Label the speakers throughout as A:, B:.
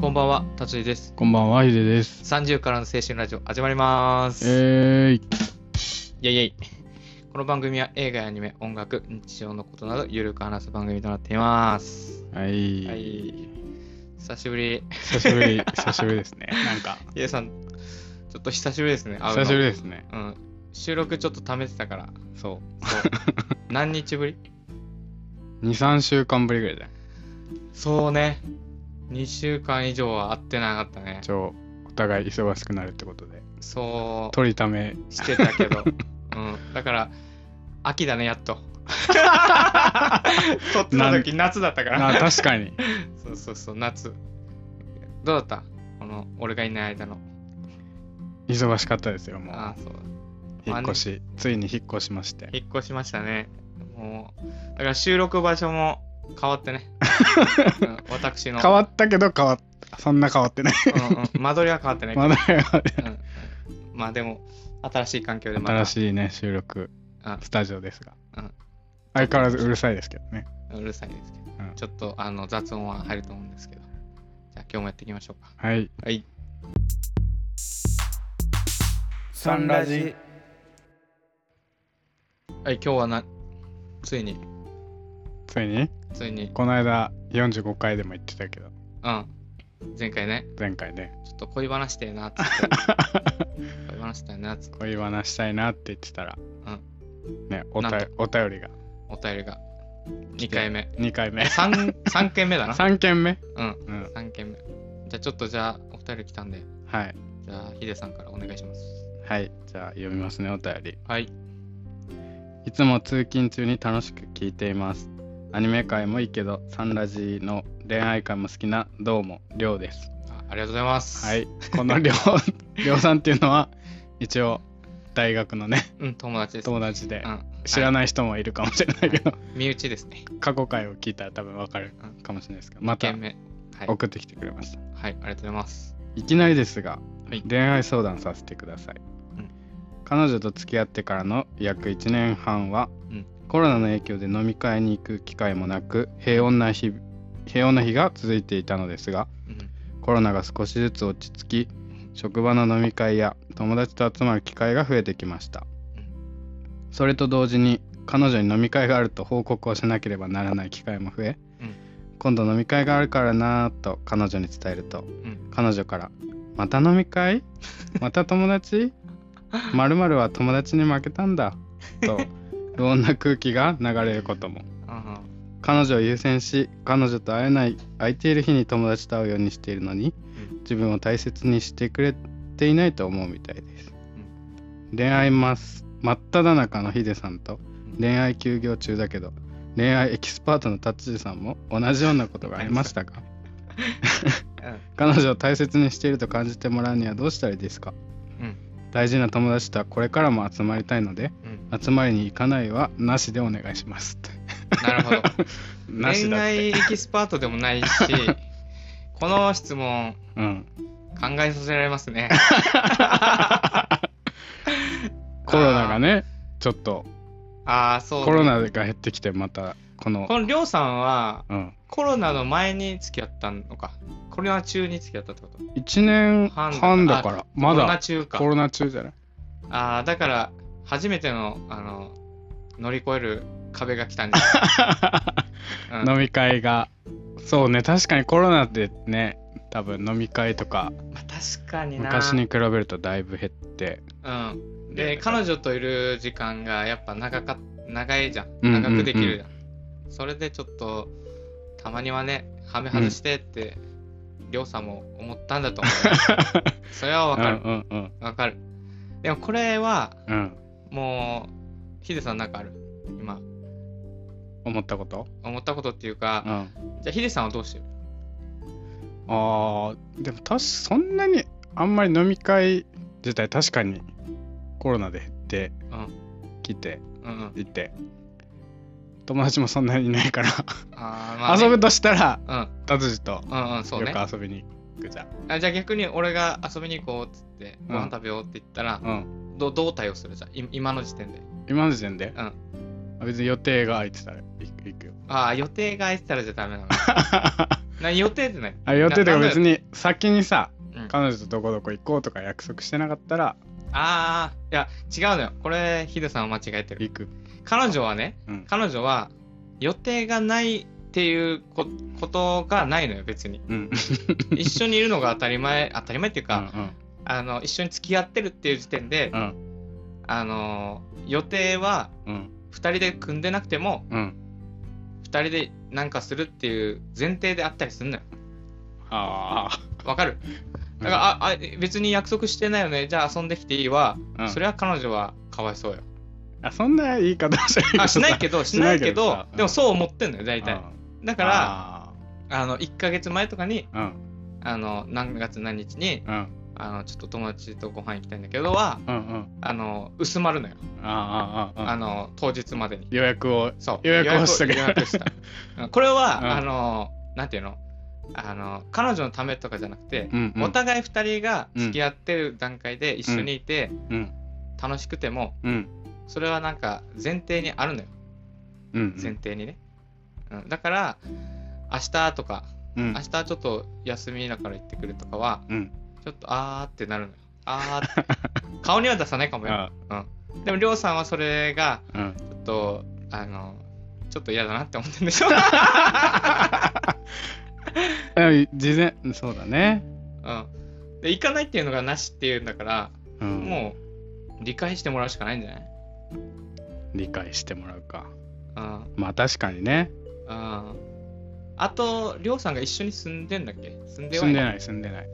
A: こんばんは、達井です。
B: こんばんは、ゆでです。
A: 30からの青春ラジオ始まります。
B: えーい、
A: イェイイェイ。この番組は映画やアニメ、音楽、日常のことなどゆるく話す番組となっています。
B: はい、
A: はい久しぶり。
B: 久しぶり、久しぶりです ね。なんか、
A: イエさん、ちょっと久しぶりですね。会うの
B: 久しぶりですね。
A: うん。収録ちょっと溜めてた から。
B: そ
A: そう何日ぶり
B: う。2、3週間ぶりぐらいだよ。
A: そうね。2週間以上は会ってなかったね
B: 一。応、お互い忙しくなるってことで、
A: そう。
B: 取りため、
A: してたけ ど、うん、だから秋だねやっと撮ってた時夏だったから
B: あ、確かに。
A: そうそうそう夏どうだったこの俺がいない間の
B: 忙しかったですよ、も
A: あ
B: う。
A: ーそう
B: 引っ越し、ついに引っ越しまして。
A: 引っ越しましたねもうだから収録場所も変わって ね、うん私の
B: 変わったけど、変わった。そんな変わってない。
A: うんうん間取りは変わってないけど、
B: まだ
A: うんまあでも新しい環境でまた
B: 新しいね、収録
A: あ、
B: スタジオですが
A: うん。
B: 相変わらずうるさいですけどね。
A: うるさいですけど、
B: うん
A: ちょっとあの雑音は入ると思うんですけどじゃあ今日もやっていきましょうか
B: はい。
A: はい
B: サンラジ。
A: はい、今日はな、ついに、
B: ついに、
A: ついに、
B: この間、45回でも言ってたけど、
A: うん、前回ね、
B: 前回ね。
A: ちょっと恋話してえなっつって、恋話したいなっつって、
B: 恋話したいなって言ってたら、ねお
A: な
B: た
A: ん
B: お便りが
A: お便りが、2回目、
B: 2回目
A: 3、三件目だな、
B: 3件目
A: うん、
B: うん
A: 3件目。じゃあちょっとじゃあ、お便り来たんで、
B: はい
A: じゃあ、ヒデさんからお願いします。
B: はいじゃあ読みますねお便り
A: はい、
B: いつも通勤中に楽しく聞いていますアニメ界もいいけどサンラジの恋愛界も好きなどうもりょうです
A: あありがとうございます。
B: は、いこのりょ うりょうさんっていうのは一応大学のね
A: うん、友達です。
B: 友達で
A: うん、
B: 知らない人もいるかもしれないけど、
A: 身内ですね。
B: 過去回を聞いたら多分わかるかもしれないですけどま
A: 2
B: た
A: 件目、はい、はい、
B: 送ってきてくれました
A: ありがとうございます。
B: いきなりですが、
A: はい
B: 恋愛相談させてください、
A: うん
B: 彼女と付き合ってからの約1年半は、
A: うん
B: コロナの影響で飲み会に行く機会もなく平穏な日平穏な日が続いていたのですが
A: うん、
B: コロナが少しずつ落ち着き職場の飲み会や友達と集まる機会が増えてきました、
A: うん
B: それと同時に彼女に飲み会があると報告をしなければならない機会も増え、
A: うん
B: 今度飲み会があるからなぁと彼女に伝えると、
A: ん
B: 彼女から「また飲 み会また友達まるは友達に負けたんだ」と不穏な空気が流れることも
A: うん、
B: 彼女を優先し彼女と会えない空いている日に友達と会うようにしているのに、
A: うん
B: 自分を大切にしてくれていないと思うみたいです、恋愛ます真っ只中のヒデさんと
A: うん
B: 恋愛休業中だけど恋愛エキスパートのタッチさんも同じようなことがありましたか
A: うん
B: 彼女を大切にしていると感じてもらうにはどうしたらいいですか、
A: うん
B: 大事な友達とはこれからも集まりたいので
A: うん、
B: 集まりに行かないはなしでお願いしますって
A: なるほど。
B: なし
A: 恋
B: だって
A: 愛エキスパートでも ないしこの質問
B: うん
A: 考えさせられますね
B: コロナがねちょっと
A: ああそうね、
B: コロナが減ってきてまたこの
A: このりょうさんは
B: うん、
A: コロナの前に付き合ったのかコロナ中に付き合ったってこと
B: 1年半だからま
A: コロナ
B: だ
A: 中か
B: コロナ中じゃない
A: ああだから初めてのあの乗り越える壁が来たんじ ゃない、
B: 飲み会がそうね確かにコロナでね多分飲み会とか
A: うんまあ、確かにな
B: 昔に比べるとだいぶ減って
A: うん、で彼女といる時間がやっぱ長か長いじゃん
B: うんうんうん
A: 長くできるじゃん,、それでちょっとたまにはねハメ外してって、りょうさんも思ったんだと思うよ それはわかる
B: うんうんうん
A: わかるでもこれは
B: うん
A: もうヒデさんなんかある今
B: 思ったこと、
A: 思ったことっていう
B: う
A: か、
B: ん、
A: じゃあヒデさんはどうしてる
B: あーでも確かそんなにあんまり飲み会自体確かにコロナで減ってきて
A: うんうん
B: いて友達もそんなにいないから、
A: あーまあね、
B: 遊ぶとしたら
A: うん
B: 達治と
A: うんうんそう
B: よ
A: ね
B: く遊びに行くじゃん
A: あじゃあ逆に俺が遊びに行こうっつって
B: う
A: ご
B: ん
A: 飯食べようって言ったら、
B: うん
A: どどう対応するじゃんい今の時点で
B: 今の時点で、
A: うん
B: あ別に予定が空いてたら行く行くよ
A: ああ、予定が空いてたらじゃダメなの。な予定ってない。
B: あ予定とか別
A: に。
B: に先にさ
A: うん
B: 彼女とどこどこ行こうとか約束してなかったら
A: ああ、いや、違うのよ。これ、ヒデさんは間違えてる。
B: 行く
A: 彼女はね、
B: うん
A: 彼女は予定がないっていうこことがないのよ、別 に。
B: うん
A: 一緒にいるのが当たり前、当たり前っていうか、
B: うん
A: あの一緒に付き合ってるっていう時点で、
B: うん
A: あの予定は
B: うん
A: 2人で組んでなくても
B: うん
A: 2人でなんかするっていう前提であったりするのよ
B: ああ
A: わかるだから、ああ別に約束してないよねじゃあ遊んできていいは、
B: うん
A: それは彼女はかわいそうよ
B: あそんな言い方しないけど
A: あ
B: さ
A: しないけどしないけ
B: し
A: ど
B: ないけどさうん
A: でもそう思ってんのよ大体
B: う
A: だ
B: ん
A: からあ
B: あ
A: の1ヶ月前とかに
B: ーうん
A: あの何月何日に
B: うん
A: あのちょっと友達とご飯行きたいんだけどは
B: うんうん
A: あの薄まるのよ、
B: あーあーあー
A: あ
B: あー
A: の当日までに
B: 予約を
A: そう
B: 予約をしたけ
A: 予
B: ど
A: 約したうんこれは、
B: うん
A: あのなんていうのあの彼女のためとかじゃなくて、
B: うんうん
A: お互い二人が付き合ってる段階で一緒にいて
B: うん
A: 楽しくても
B: うん
A: それはなんか前提にあるのよ
B: うんうん
A: 前提にね、うん、だから明日とか
B: うん
A: 明日ちょっと休みだから行ってくるとかは
B: うん
A: ちょっとあーってなる のよあーって顔には出さないかもよ
B: あ
A: でもりょうさんはそれが
B: うん
A: ちょっとあのちょっと嫌だなって思ってるんでし ょ
B: え事前そうだね、
A: うん、で行かないっていうのがなしっていうんだから、
B: うん、
A: もう理解してもらうしかないんじゃない、
B: 理解してもらうか
A: うん
B: まあ確かにね
A: うん、あとりょうさんが一緒に住んでんだっけ住んでは
B: 住んでない住んでない、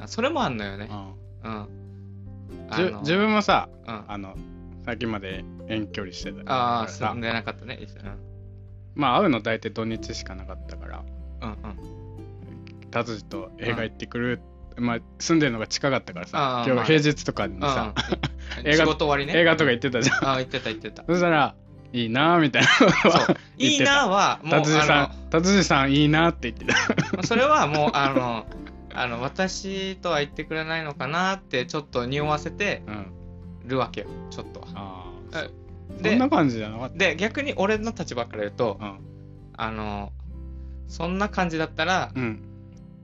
A: あそれもあんのよね
B: う、ん、
A: うん、
B: じゅ自分もさ
A: うん、あ
B: あのさっきまで遠距離してた
A: あー
B: さ
A: 住んでなかったね一緒うん
B: まあ会うの大体土日しかなかったから
A: うんうん
B: 達治と映画行ってくる、まあ住んでるのが近かったからさ
A: あー
B: 今
A: まあ
B: 日平日とかにさ、
A: うん、
B: 映
A: 仕
B: 画
A: 事終わりね
B: 映画とか行ってた じゃん
A: ああ言ってた言ってた
B: そしたらいいなーみたいな
A: そう
B: 言っ
A: いい
B: てた
A: なはもう
B: 達治さん達治さんいいなって言ってた
A: あのそれはもうあのあの私とは言ってくれないのかなってちょっと匂わせて
B: うん
A: るわけよちょっとは
B: あ
A: え
B: あそ
A: で
B: んな感じじゃなかっ
A: で逆に俺の立場から言うと
B: たうん
A: あのそんな感じだったら
B: うん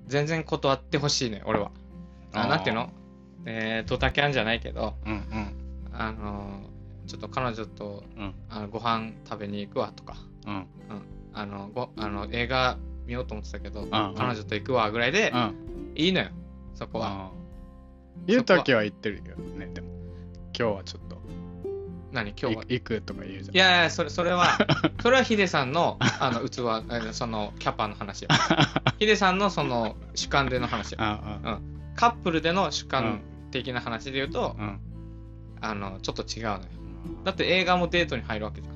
A: 全然断ってほしいね俺はあ
B: あー
A: なんていうのえー、ドタキャンじゃないけど
B: うんうん
A: あのちょっと彼女と
B: うん
A: あのご飯食べに行くわとか
B: うん
A: あのごあの映画見ようと思ってたけど、
B: んうん
A: 彼女と行くわぐらいで、
B: うん
A: いいのよそこは
B: あー言うときは言ってるよねでも今日はちょっと
A: 何今日はい
B: 行くとか言うじゃん
A: いやいやそれそれ はそれはヒデさんのあの器あのそのキャパの話よ ヒデさんのその主観での話よ
B: あ
A: カップルでの主観的な話で言うと
B: あ、うん
A: あのちょっと違うのよだって映画もデートに入るわけじゃん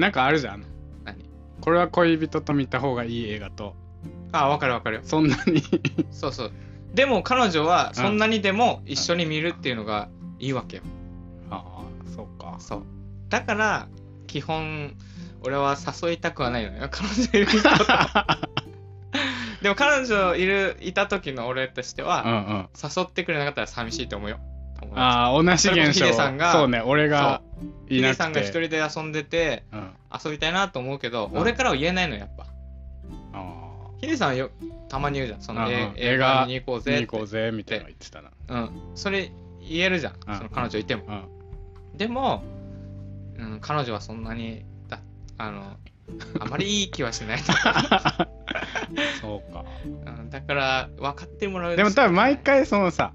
B: なんかあるじゃんあの
A: 何
B: これは恋人と見た方がいい映画と
A: あわかるわかるよ
B: そんなに
A: そうそうでも彼女はそんなにでも一緒に見るっていうのがいいわけよ
B: ああそうか
A: そうだから基本俺は誘いたくはないの よ彼女いる人とでも彼女いるいた時の俺として
B: うんう
A: は、
B: ん
A: 誘ってくれなかったら寂しいと思うよ友達
B: ああ同じ現
A: それこそヒ
B: 象
A: デさんが
B: そうね俺がい
A: ヒ
B: な
A: デ
B: くて
A: さんが一人で遊んでて
B: うんあ
A: 遊びたいなと思うけど、
B: うん
A: 俺からは言えないのやっぱ
B: あ
A: ヒデさんはよたまに言うじゃんその、
B: うんうん
A: え
B: 映
A: 映
B: 画
A: 画見に行こうぜ
B: 見
A: っ
B: に
A: て
B: 行こうぜみたいなの言ってたな
A: うん、それ言えるじゃん、
B: うん
A: その彼女いても
B: うん
A: でも、うん、彼女はそんなにだあのあまりいい気はしない、
B: そうか
A: うん、だから分かってもらう
B: でも多分毎
A: しか
B: 回そのさ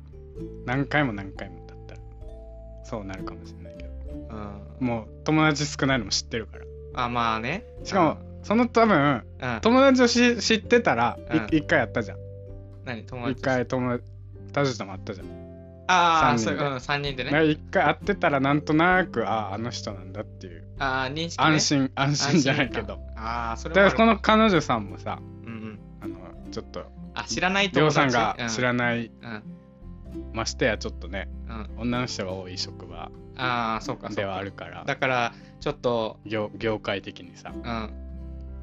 B: 何回も何回もだったらそうなるかもしれないけど
A: ない、うん、
B: もう友達少ないのも知ってるから
A: あまあね
B: しかもその多分
A: うん、うん、
B: 友達をし知ってたらい
A: うん
B: 一、回やったじゃん
A: 何友
B: 一
A: 達
B: 回友達タジとも会ったじゃん
A: ああ
B: 三人
A: そう
B: で
A: うん3人で
B: だ
A: ね
B: から一、回会ってたらなんとなくあああの人なんだっていう
A: ああ認識、ね、
B: 安心、安心じゃないけど
A: ああそ
B: だ
A: れ
B: か
A: はあ
B: ら
A: る
B: この彼女さんもさ
A: うんうん、
B: あのちょっと
A: あ知らない
B: りょ
A: 友
B: う
A: 達
B: さんが知ら
A: い、
B: ない、
A: うんうん
B: ましてやちょっとね
A: うん、
B: 女の人が多い職場
A: ああそうかそうか
B: ではあるから
A: だからちょっと
B: 業業界的にさ
A: うん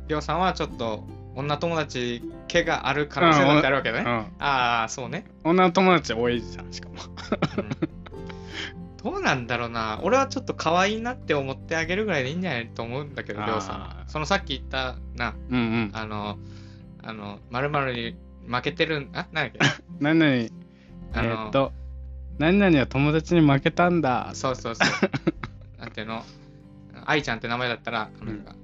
A: りょうさんはちょっと女友達毛がある可能性だってあるわけだね、
B: うん
A: ああそうね、
B: 女の友達多いじゃんしかも
A: うんどうなんだろうな俺はちょっと可愛いなって思ってあげるぐらいでいいんじゃないと思うんだけど
B: あー
A: りょうさんそのさっき言ったな
B: うんうん。
A: あのあの〇〇に負けてるんあ なんだっけ
B: 何々、え
A: あの
B: ーっと、何々は友達に負けたんだ。
A: そうそうそう なんていうの愛ちゃんって名前だったら彼女が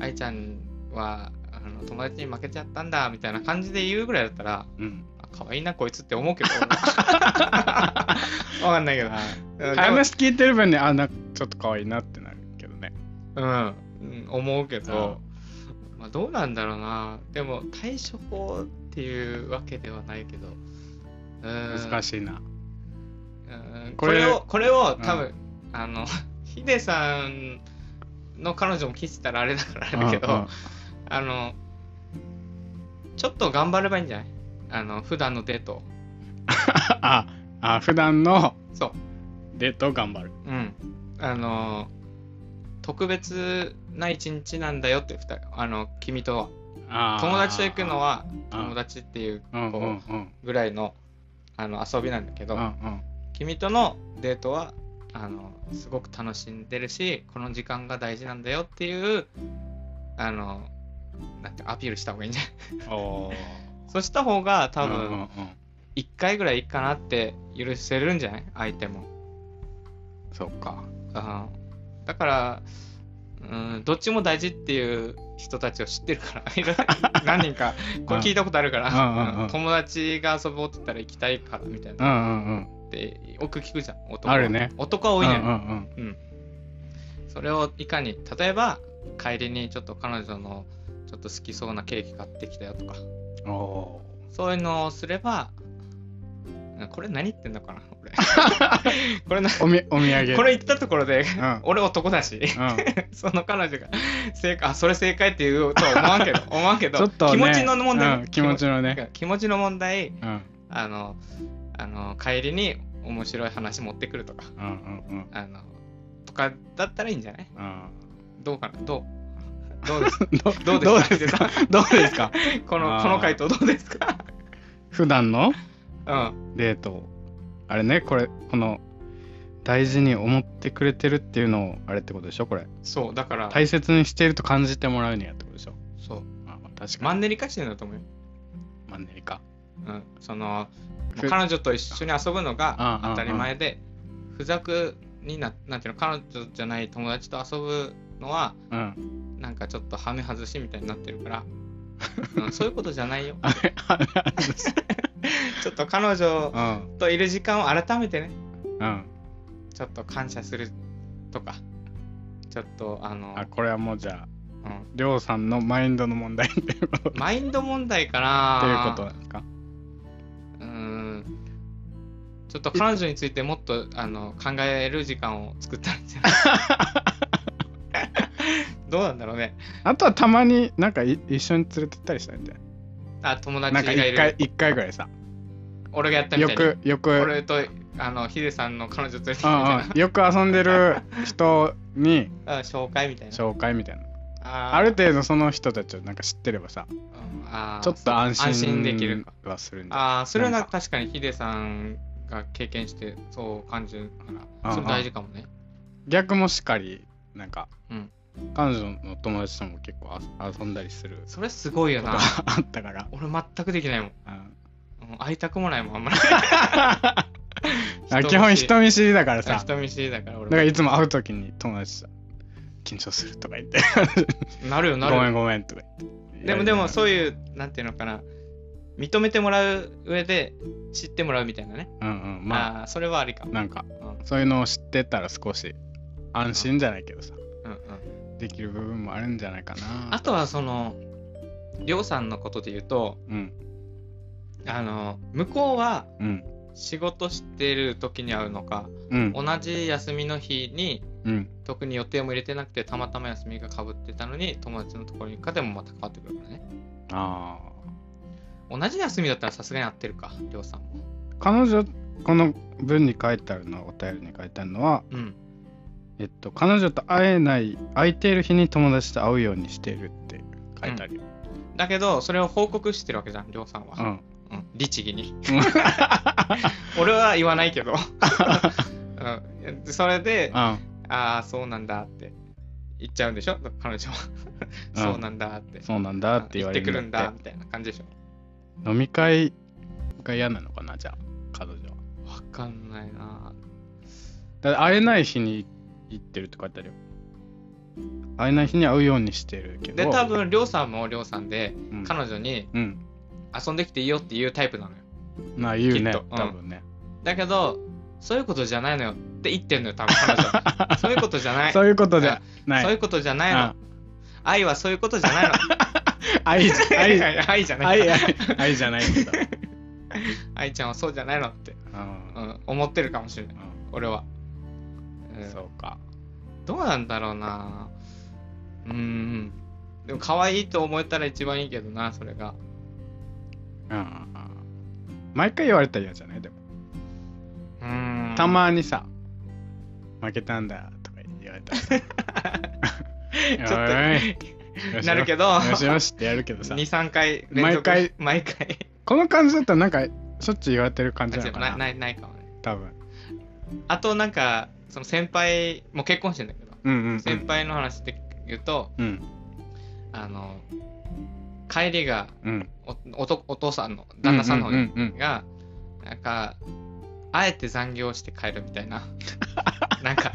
A: 愛ちゃんはあの友達に負けちゃったんだみたいな感じで言うぐらいだったら
B: うん。
A: あ可愛いなこ いつって思うけ どわかんないけどうんでも
B: 話聞いてる分に、あ、なんかちょっと可愛いなってなるけどね。
A: うん、うん思うけど、まあ、どうなんだろうなでも対処法っていうわけではないけど
B: 難
A: しい
B: しいな。
A: こ
B: こ
A: れ
B: れ
A: をこれを
B: うん
A: 多分、あの ヒデさんの彼女も聞いてたらあれだからあれだけど、
B: うんうん
A: あのちょっと頑張ればいいんじゃないあの普段のデートを
B: あ、あ、普段の
A: そう
B: デートを頑張る。
A: うんあの特別な一日なんだよって二人あの君とは
B: あー
A: 友達と行くの、は友
B: 達
A: 達っていう
B: うんうんうん
A: こうぐらいのあの遊びなんだけ
B: う
A: ど、
B: んうん
A: 君とのデートはあのすごく楽しんでるしこの時間が大事なんだよっていうあのなんてアピールした方がいいんじゃない
B: おー
A: そうした方が多
B: うんうんう
A: 分
B: ん
A: 1回ぐらいいいかなって許せるんじゃない相手も、
B: そうか
A: うんだから、うん、どっちも大事っていう人たちを知ってるから いろいろ何人かこれ聞いたことあるから
B: うんうんうん
A: うん友達が遊ぼうって言ったら行きたいからみたいな
B: うんうんうん
A: ってよく聞くじゃん男は
B: あるね
A: 男は多いね、
B: うんうん
A: うん、それをいかに例えば帰りにちょっと彼女のちょっと好きそうなケーキ買ってきたよとか
B: うんお
A: そういうのをすればうんこれ何言ってんのかな 俺これな
B: ーおみお土産
A: これ言ったところで
B: うんうん
A: 俺男だしその彼女が正解あそれ正解って言うとは思わんけ ど思わんけど
B: ちょっとね
A: 気持ちの問題、
B: うん気持ちのね
A: 気持ちの問題
B: うん
A: あのあの帰りに面白い話持ってくるとか
B: うんうんうん
A: あのとかだったらいいんじゃない
B: うん
A: どうかなどう どう です
B: ど
A: どう
B: どう
A: で
B: ですす
A: か
B: かどうですか
A: この
B: あー
A: この回答どうです か
B: 普段の
A: うん
B: デートをあれねこれこの大事に思ってくれてるっていうのをあれってことでしょこれ
A: そうだから
B: 大切にしていると感じてもらうにはってことでしょ
A: そう
B: あ確
A: マ
B: か
A: ン
B: に
A: ネリ化してるんだと思うよ、
B: マンネリか
A: うん、その
B: ふ
A: 彼女と一緒に遊ぶのが
B: うんうんうん
A: 当たり前で付属にななんていうの彼女じゃない友達と遊ぶのは
B: うん
A: なんかちょっとハメ外しみたいになってる から、うん、そういうことじゃないよ ちょっと彼女
B: うん
A: といる時間を改めてね
B: うん
A: ちょっと感謝するとかちょっとあの
B: あこれはもうじゃ
A: う
B: あ
A: ん
B: りょうさんのマインドの問題っていうことっていう
A: マインド問題かな
B: ことなんですか
A: うーんちょっと彼女についてもっとあの考える時間を作ったんじゃない どうなんだろうね
B: あとはたまになんかい一緒に連れてったりしたいんで
A: あ友
B: なん
A: 達
B: か
A: がい
B: 一回
A: る
B: 一回ぐらいさ
A: 俺がやったみ
B: よ
A: たいに
B: くよくうん
A: 俺とあのヒデさんの彼女連れてきてみたい
B: うんよく遊んでる人に
A: な、うん紹介みたいな
B: 紹介みたいな
A: あー
B: ある程度その人たちをなんか知ってればさ
A: うんあー
B: ちょっと安心
A: 安心できるか
B: はするんで
A: ああそれはなんか
B: な
A: 確かにヒデさんが経験してそう感じるから
B: うん
A: それ大事かもね
B: 逆もしっかりなんか、
A: うん
B: 彼女の友達とも結構あ遊んだりするこ
A: それすごいよ
B: と
A: な
B: があったから、
A: 俺全くできないもん
B: うん
A: うん会いたくもないもんあんまり
B: あ基本
A: 見
B: 人見知りだから
A: 知り
B: さ
A: 人見知りだから
B: だから
A: 俺
B: いつも会う時に友達と緊張するとか言って
A: なるよ
B: ご
A: な
B: め
A: る
B: ん
A: よ
B: ごめんとか言って
A: でもでもそう
B: いう、
A: いうなんていうのかな認めてもらう上で知ってもらうみたいなね
B: うんうん、まあ
A: まあーそれはありかも
B: なんか
A: う
B: そういうのを知ってたら少し安心じゃないけどさ、
A: んうん
B: できる部分もあるんじゃないかな
A: あとはそのりょうさんのことで言うと
B: うん
A: あの向こうは
B: うん
A: 仕事してる時に会うのか
B: うん
A: 同じ休みの日に
B: うん
A: 特に予定も入れてなくてたまたま休みがかぶってたのに友達のところに行くかでもまた変わってくるからね
B: あ
A: 同じ休みだったらさすがに合ってるかりょうさんも
B: ー彼女この文に書いてあるのお便りに書いてあるのは
A: うん
B: えっと彼女と会えない空いている日に友達と会うようにしているって書いてあるよ、
A: だけどそれを報告してるわけじゃんりょうさん
B: うん
A: は、うん律儀に俺は言わないけどうん、それで、
B: あ
A: ああ、そうなんだって言っちゃうんでしょ、彼女は。
B: うん
A: そうなんだって。
B: そうなんだって言われ
A: 行ってくる
B: る
A: ん
B: んだ
A: だ
B: っ
A: みたいな感じでしょ。
B: て飲み会が嫌なのかなじゃあ彼女は
A: わかんないな。
B: だから会えない日に行ってるって書いてあるよ会えない日に会うようにしてるけど
A: で、多分、りょうさんもりょうさんで、
B: うん
A: 彼女に
B: うん
A: 遊んできていいよっていうタイプなのよ。
B: まあ言うね
A: きっとうん
B: 多分ね、
A: だけど、そういうことじゃないのよって言ってんのよ、多分彼女 は。そういうことじゃない。
B: そういうことじゃない
A: そういうことじゃないの。愛はそういうことじゃないの。
B: うん愛じゃ 愛じ ゃ
A: 愛愛じゃない。
B: 愛愛愛じゃな いけど
A: 愛ちゃんはそうじゃないのって、
B: うん
A: うん、思ってるかもしれない、俺は。う
B: うん
A: ん
B: そうか
A: どうなんだろうなうんでも可愛いと思えたら一番いいけどなそれが
B: うん毎回言われたら嫌じゃないでも
A: うん
B: たまにさ負けたんだとか言われたらさ
A: ちょっと
B: おいよし
A: なるけど
B: よしよしってやるけどさ
A: 23回連続
B: 毎回
A: 毎回
B: この感じだったらなんかしょっちゅう言われてる感じなのか
A: な
B: な
A: ないないかもね
B: 多分
A: あとなんかその先輩もう結婚してんだけど、
B: うんうん
A: 先輩の話で言うと
B: うん
A: あの帰りが
B: うん
A: おおとお父さんの旦那さんの方
B: うんうんうんうん
A: がなんかあえて残業して帰るみたい ななんか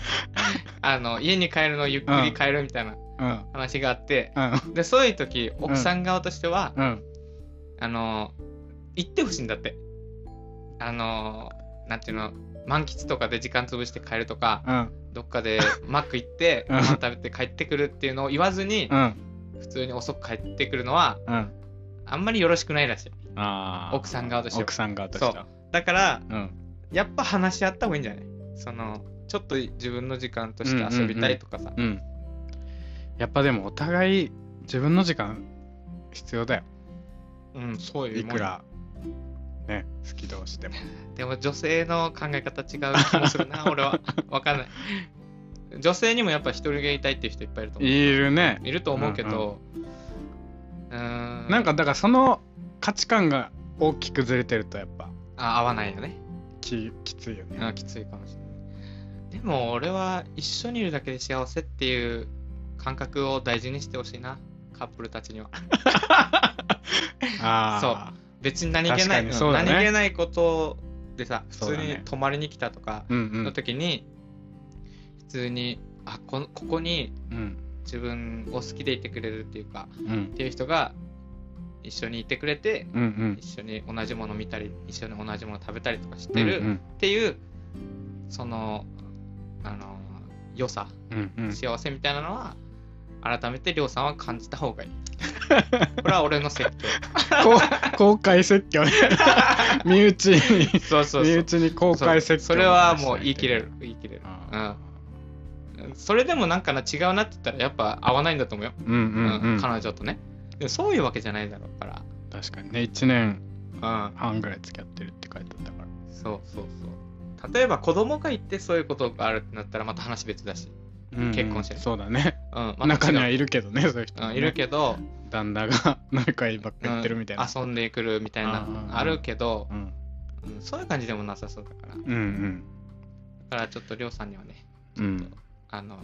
A: あの家に帰るのゆっくり帰るみたいな
B: うん
A: 話があって、
B: うん
A: でそういう時奥さん側としては、
B: うん
A: あの行ってほしいんだってあのなんていうの満喫とかで時間潰して帰るとか
B: うん
A: どっか でマック行って
B: うん
A: ご飯食べて帰ってくるっていうのを言わずに
B: うん
A: 普通に遅く帰ってくるのは
B: うん
A: あんまりよろしくないらしい
B: あー
A: 奥さん側としては
B: 奥さん側としては
A: だから
B: うん
A: やっぱ話し合った方がいいんじゃないそのちょっと自分の時間として遊びたいとかさ、
B: うんやっぱでもお互い自分の時間必要だよ
A: うんそういう
B: い
A: もん
B: くらね好き同士でも
A: でも女性の考え方違う気もする な俺は分かんない女性にもやっぱ一人でいたいっていう人いっぱいいると思う
B: いるね
A: いると思うけどうーん
B: なんかだからその価値観が大きくずれてるとやっぱ
A: あ合わないよね、
B: ききついよね
A: うん、きついかもしれないでも俺は一緒にいるだけで幸せっていう感覚を大事にしてほしいなカップルたちには
B: ああ
A: 別に何気
B: 確
A: な
B: か
A: い、
B: にそうだね
A: 何気ないことでさ普
B: そう
A: 通
B: だね
A: に泊まりに来たとか
B: そううんう
A: の
B: ん
A: 時に、普通にあこここに
B: うん
A: 自分を好きでいてくれるっていうか
B: うん
A: っていう人が一緒にいてくれて
B: うんうん
A: 一緒に同じもの見たり一緒に同じもの食べたりとかし
B: う
A: て
B: ん
A: る
B: うん
A: っていう、そのあの良さ
B: うん うん
A: 幸せみたいなのは改めてりょうさんは感じた方 がいいこれは俺の説
B: こう公開 説教ね身内に
A: 教そうそ
B: 身内に公開説教
A: それはもう言い切れる言い切れる
B: あ
A: それでもなんかな違うなって言ったらやっぱ合わないんだと思うよ、
B: ーうんうんうん、
A: うん彼女とねでもそういうわけじゃないだろうから
B: 確かにね1年
A: うん
B: 半ぐらい付き合ってるって書いてあったから
A: そうそうそう例えば子供がいてそういうことがあるってなったらまた話別だし、
B: うんうん
A: 結婚してる
B: そうだね、
A: うんまた違う
B: 中にはいるけどねそういう人も
A: うん、
B: ね
A: いるけど、
B: 旦那が何かばっか
A: うん
B: 言ってるみたいな、
A: 遊んでくるみたいな
B: うん
A: あるけど、
B: うん、
A: うんそういう感じでもなさそうだからだ
B: うんうん
A: からちょっとりょうさんにはね
B: うん
A: あの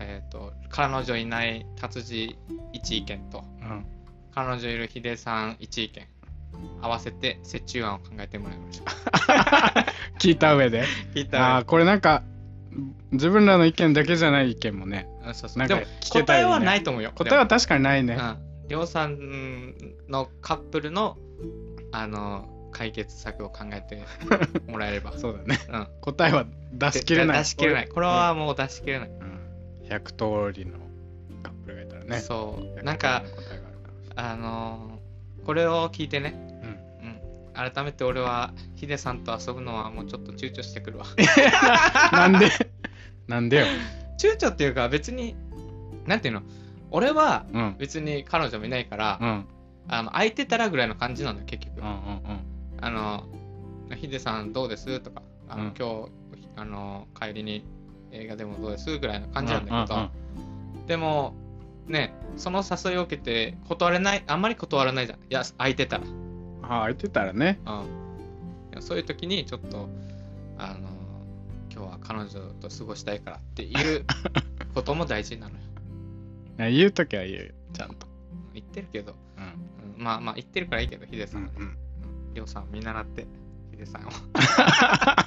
A: えっ、と彼女いない達人一意見と
B: うん
A: 彼女いるヒデさん一意見合わせて折衷案を考えてもらいましょう
B: 聞いた上で
A: 聞い
B: ああーこれなんか自分らの意見だけじゃない意見もね
A: うんそうそう
B: なん
A: で
B: か
A: も
B: 聞けた
A: 答
B: らい
A: え
B: いね
A: はないと思うよ
B: 答えは確かにないね、
A: うん、りょうさんのカップルのあの解決策を考えてもらえ れば
B: そうだね
A: うん、
B: 答えは出し切れない
A: 出し切れないこれはもう出し切れない、
B: うん100通りのカップルがいたらね
A: そう
B: 100
A: なんか
B: 通りの答えがあるかもし
A: あのこれを聞いてね、
B: れないうん
A: うん、改めて俺はヒデさんと遊ぶのはもうちょっと躊躇してくるわ
B: なんでなんでよ。
A: 躊躇っていうか別になんていうの俺は
B: うん。
A: 別に彼女もいないから、
B: うん。
A: あの空いてたらぐらいの感じなのよ結局、
B: うんうん
A: あの、ヒデさんどうですとか、あの、
B: うん
A: 今日、あの、帰りに映画でもどうですぐらいの
B: う
A: 感
B: ん。
A: じなんだけど、でも、ね、その誘いを受けて断れない、あんまり断らないじゃん。いや、空いてたら。うん
B: うんあ、空いてたらね。
A: いや。そういう時に、ちょっと、あの、今日はは彼女と過ごしたいからって いうことも大事なのよ。
B: や言うときは言うよちゃんと
A: 言ってるけど、
B: うん
A: うんまあまあ言ってるからいいけど、ヒデさんはね。
B: うん
A: うんりょうさん見習って、ヒデさんを。まあ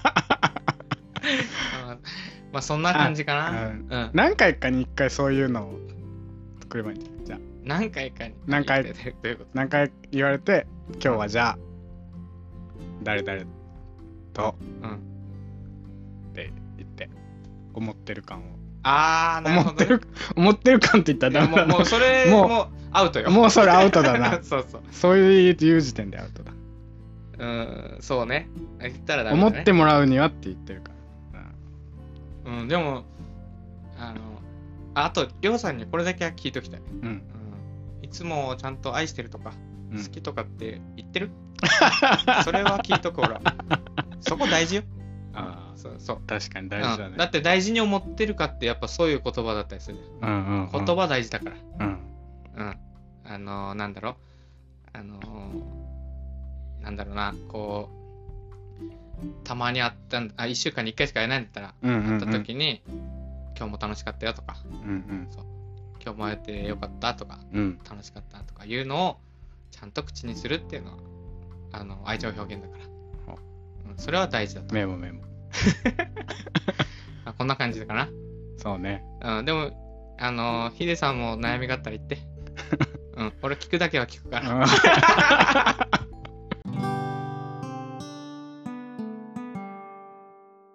A: まあそんな感じかな。
B: あ
A: うん、
B: 何回かに1回そういうのを作ればいいんじゃんじゃあ
A: 何回かに。
B: 何回
A: どういうこと
B: 何回言われて今日はじゃあ誰々と
A: うん、
B: って言って思ってる感を
A: あー、なる
B: 思
A: ほ
B: って
A: どね、
B: る思ってる感って言ったらダメ
A: いやもう
B: だ
A: も
B: な
A: うそれ
B: も
A: も
B: う
A: うアウトよ。
B: もうそれアウトだ な
A: そうそう。
B: そういう言う時点でアウトだ
A: うん、そうね。言ったらダメ
B: 思
A: だ、ね。
B: ってもらうにはって言ってるから
A: うん、でも、あの、ああと、りょうさんにこれだけは聞いときたい。
B: うんうん
A: うん、いつもちゃんと愛してるとか、
B: うん
A: 好きとかって言って るそれは聞いとく、ほら。そこ大事よ。
B: あ
A: そうそう。
B: ー確かに大事だ
A: う
B: ね
A: んだって大事に思ってるかってやっぱそういう言葉だったりするじ
B: うんうんうん
A: ゃん言葉大事だから
B: うん
A: うんあのーなんだろうあのーなんだろうなこうたまに会ったんあ1週間に1回しか会えないんだったら
B: うんうんう
A: 会
B: ん
A: った時に、今日も楽しかったよとか
B: うん
A: 今日も会えてよかったとか
B: うんうん
A: 楽しかったとかいうのをちゃんと口にするっていうのはあの愛情表現だから
B: は、
A: うん、それは大事だと
B: メモメモ
A: あこんな感じかな
B: そう ね
A: うん、でも、あのーヒデさんも悩みがあったら言 って。うん、俺聞くだけは聞くから。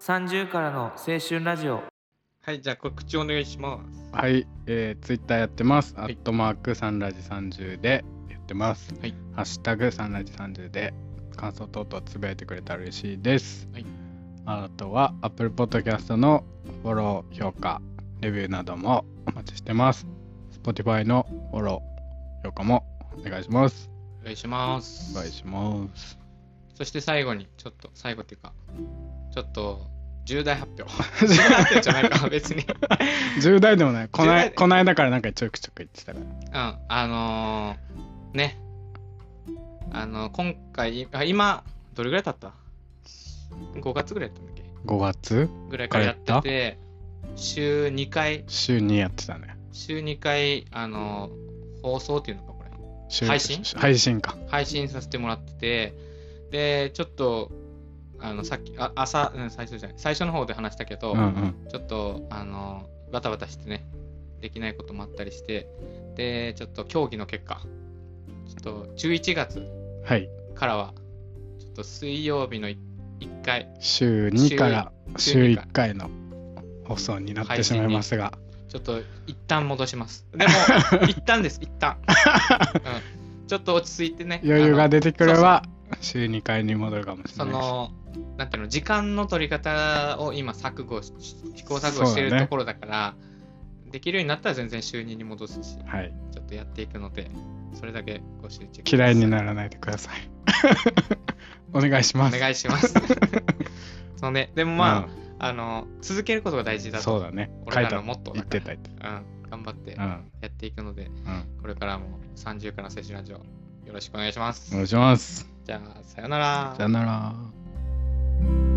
C: 30からの青春ラジオ
A: はい、じゃあ告知お願いします。
B: はい、えー、ツイッターやってます。ア
A: い
B: ットマークサンラジ30でやってます。
A: はい
B: ハッシュタグサンラジ30で感想等々つぶやいてくれたら嬉しいです。
A: はい
B: あとは Apple Podcast のフォロー、評価、レビューなどもお待ちしてます。Spotify のフォロー、評価もお願いします。
A: お願いします。
B: お願いします。
A: そして最後に、ちょっと、最後っていうか、ちょっと、重大発表。重大発表じゃ ないか、別に。うん、
B: 重大でもない。こ
A: 重
B: な
A: 大
B: いこないだからなんかちょくちょく言ってたから。
A: あのーね。あの今回、あ今、どれぐらい経った ?5 月ぐらいやったんだっけ
B: 5月
A: ぐらいからやってて、週2回、
B: 週にやってたね。
A: 週2回、あのー放送っていうのか、これ。
B: 週
A: 配信
B: 配信か。
A: 配信させてもらってて、で、ちょっと、あの、さっき、あ朝、うん、最初じゃない、最初の方で話したけど、
B: うんうん。
A: ちょっと、あの、バタバタしてね、できないこともあったりして、で、ちょっと競技の結果、ちょっと11月
B: はい。
A: からは、ちょっと水曜日の1回、
B: 週2から週
A: 週二
B: 1回の放送になってしまいますが、
A: ちょっと一旦戻し ます。でも、一旦です、一旦。うん、ちょっと落ち着いてね。
B: 余裕
A: あ
B: が
A: の
B: 出てくれば週2回に戻るかもし
A: そ
B: れないし
A: の、なんていうの、時間の取り方を今、錯誤し、試行錯誤して
B: そう
A: る
B: だね
A: ところだから、できるようになったら全然就任に戻すし、
B: はい、
A: ちょっとやっていくので、それだけご集中くださ
B: 嫌いにならないでください お願いし
A: お
B: ます
A: 願いし ます。そうね、でもまあ、あの、続けることが大事
B: うん
A: だ
B: そう
A: と、
B: だね書
A: 俺
B: い
A: ら
B: た
A: のモットー
B: 言
A: だ
B: っ
A: か
B: て
A: ら
B: た言って
A: うん、頑張って
B: たうん
A: やっていくので、
B: うん
A: これからも30からの青春ラジオ、よろしくお願いしま
B: お
A: す。
B: 願いします
A: じゃあ、さよなら
B: さよなら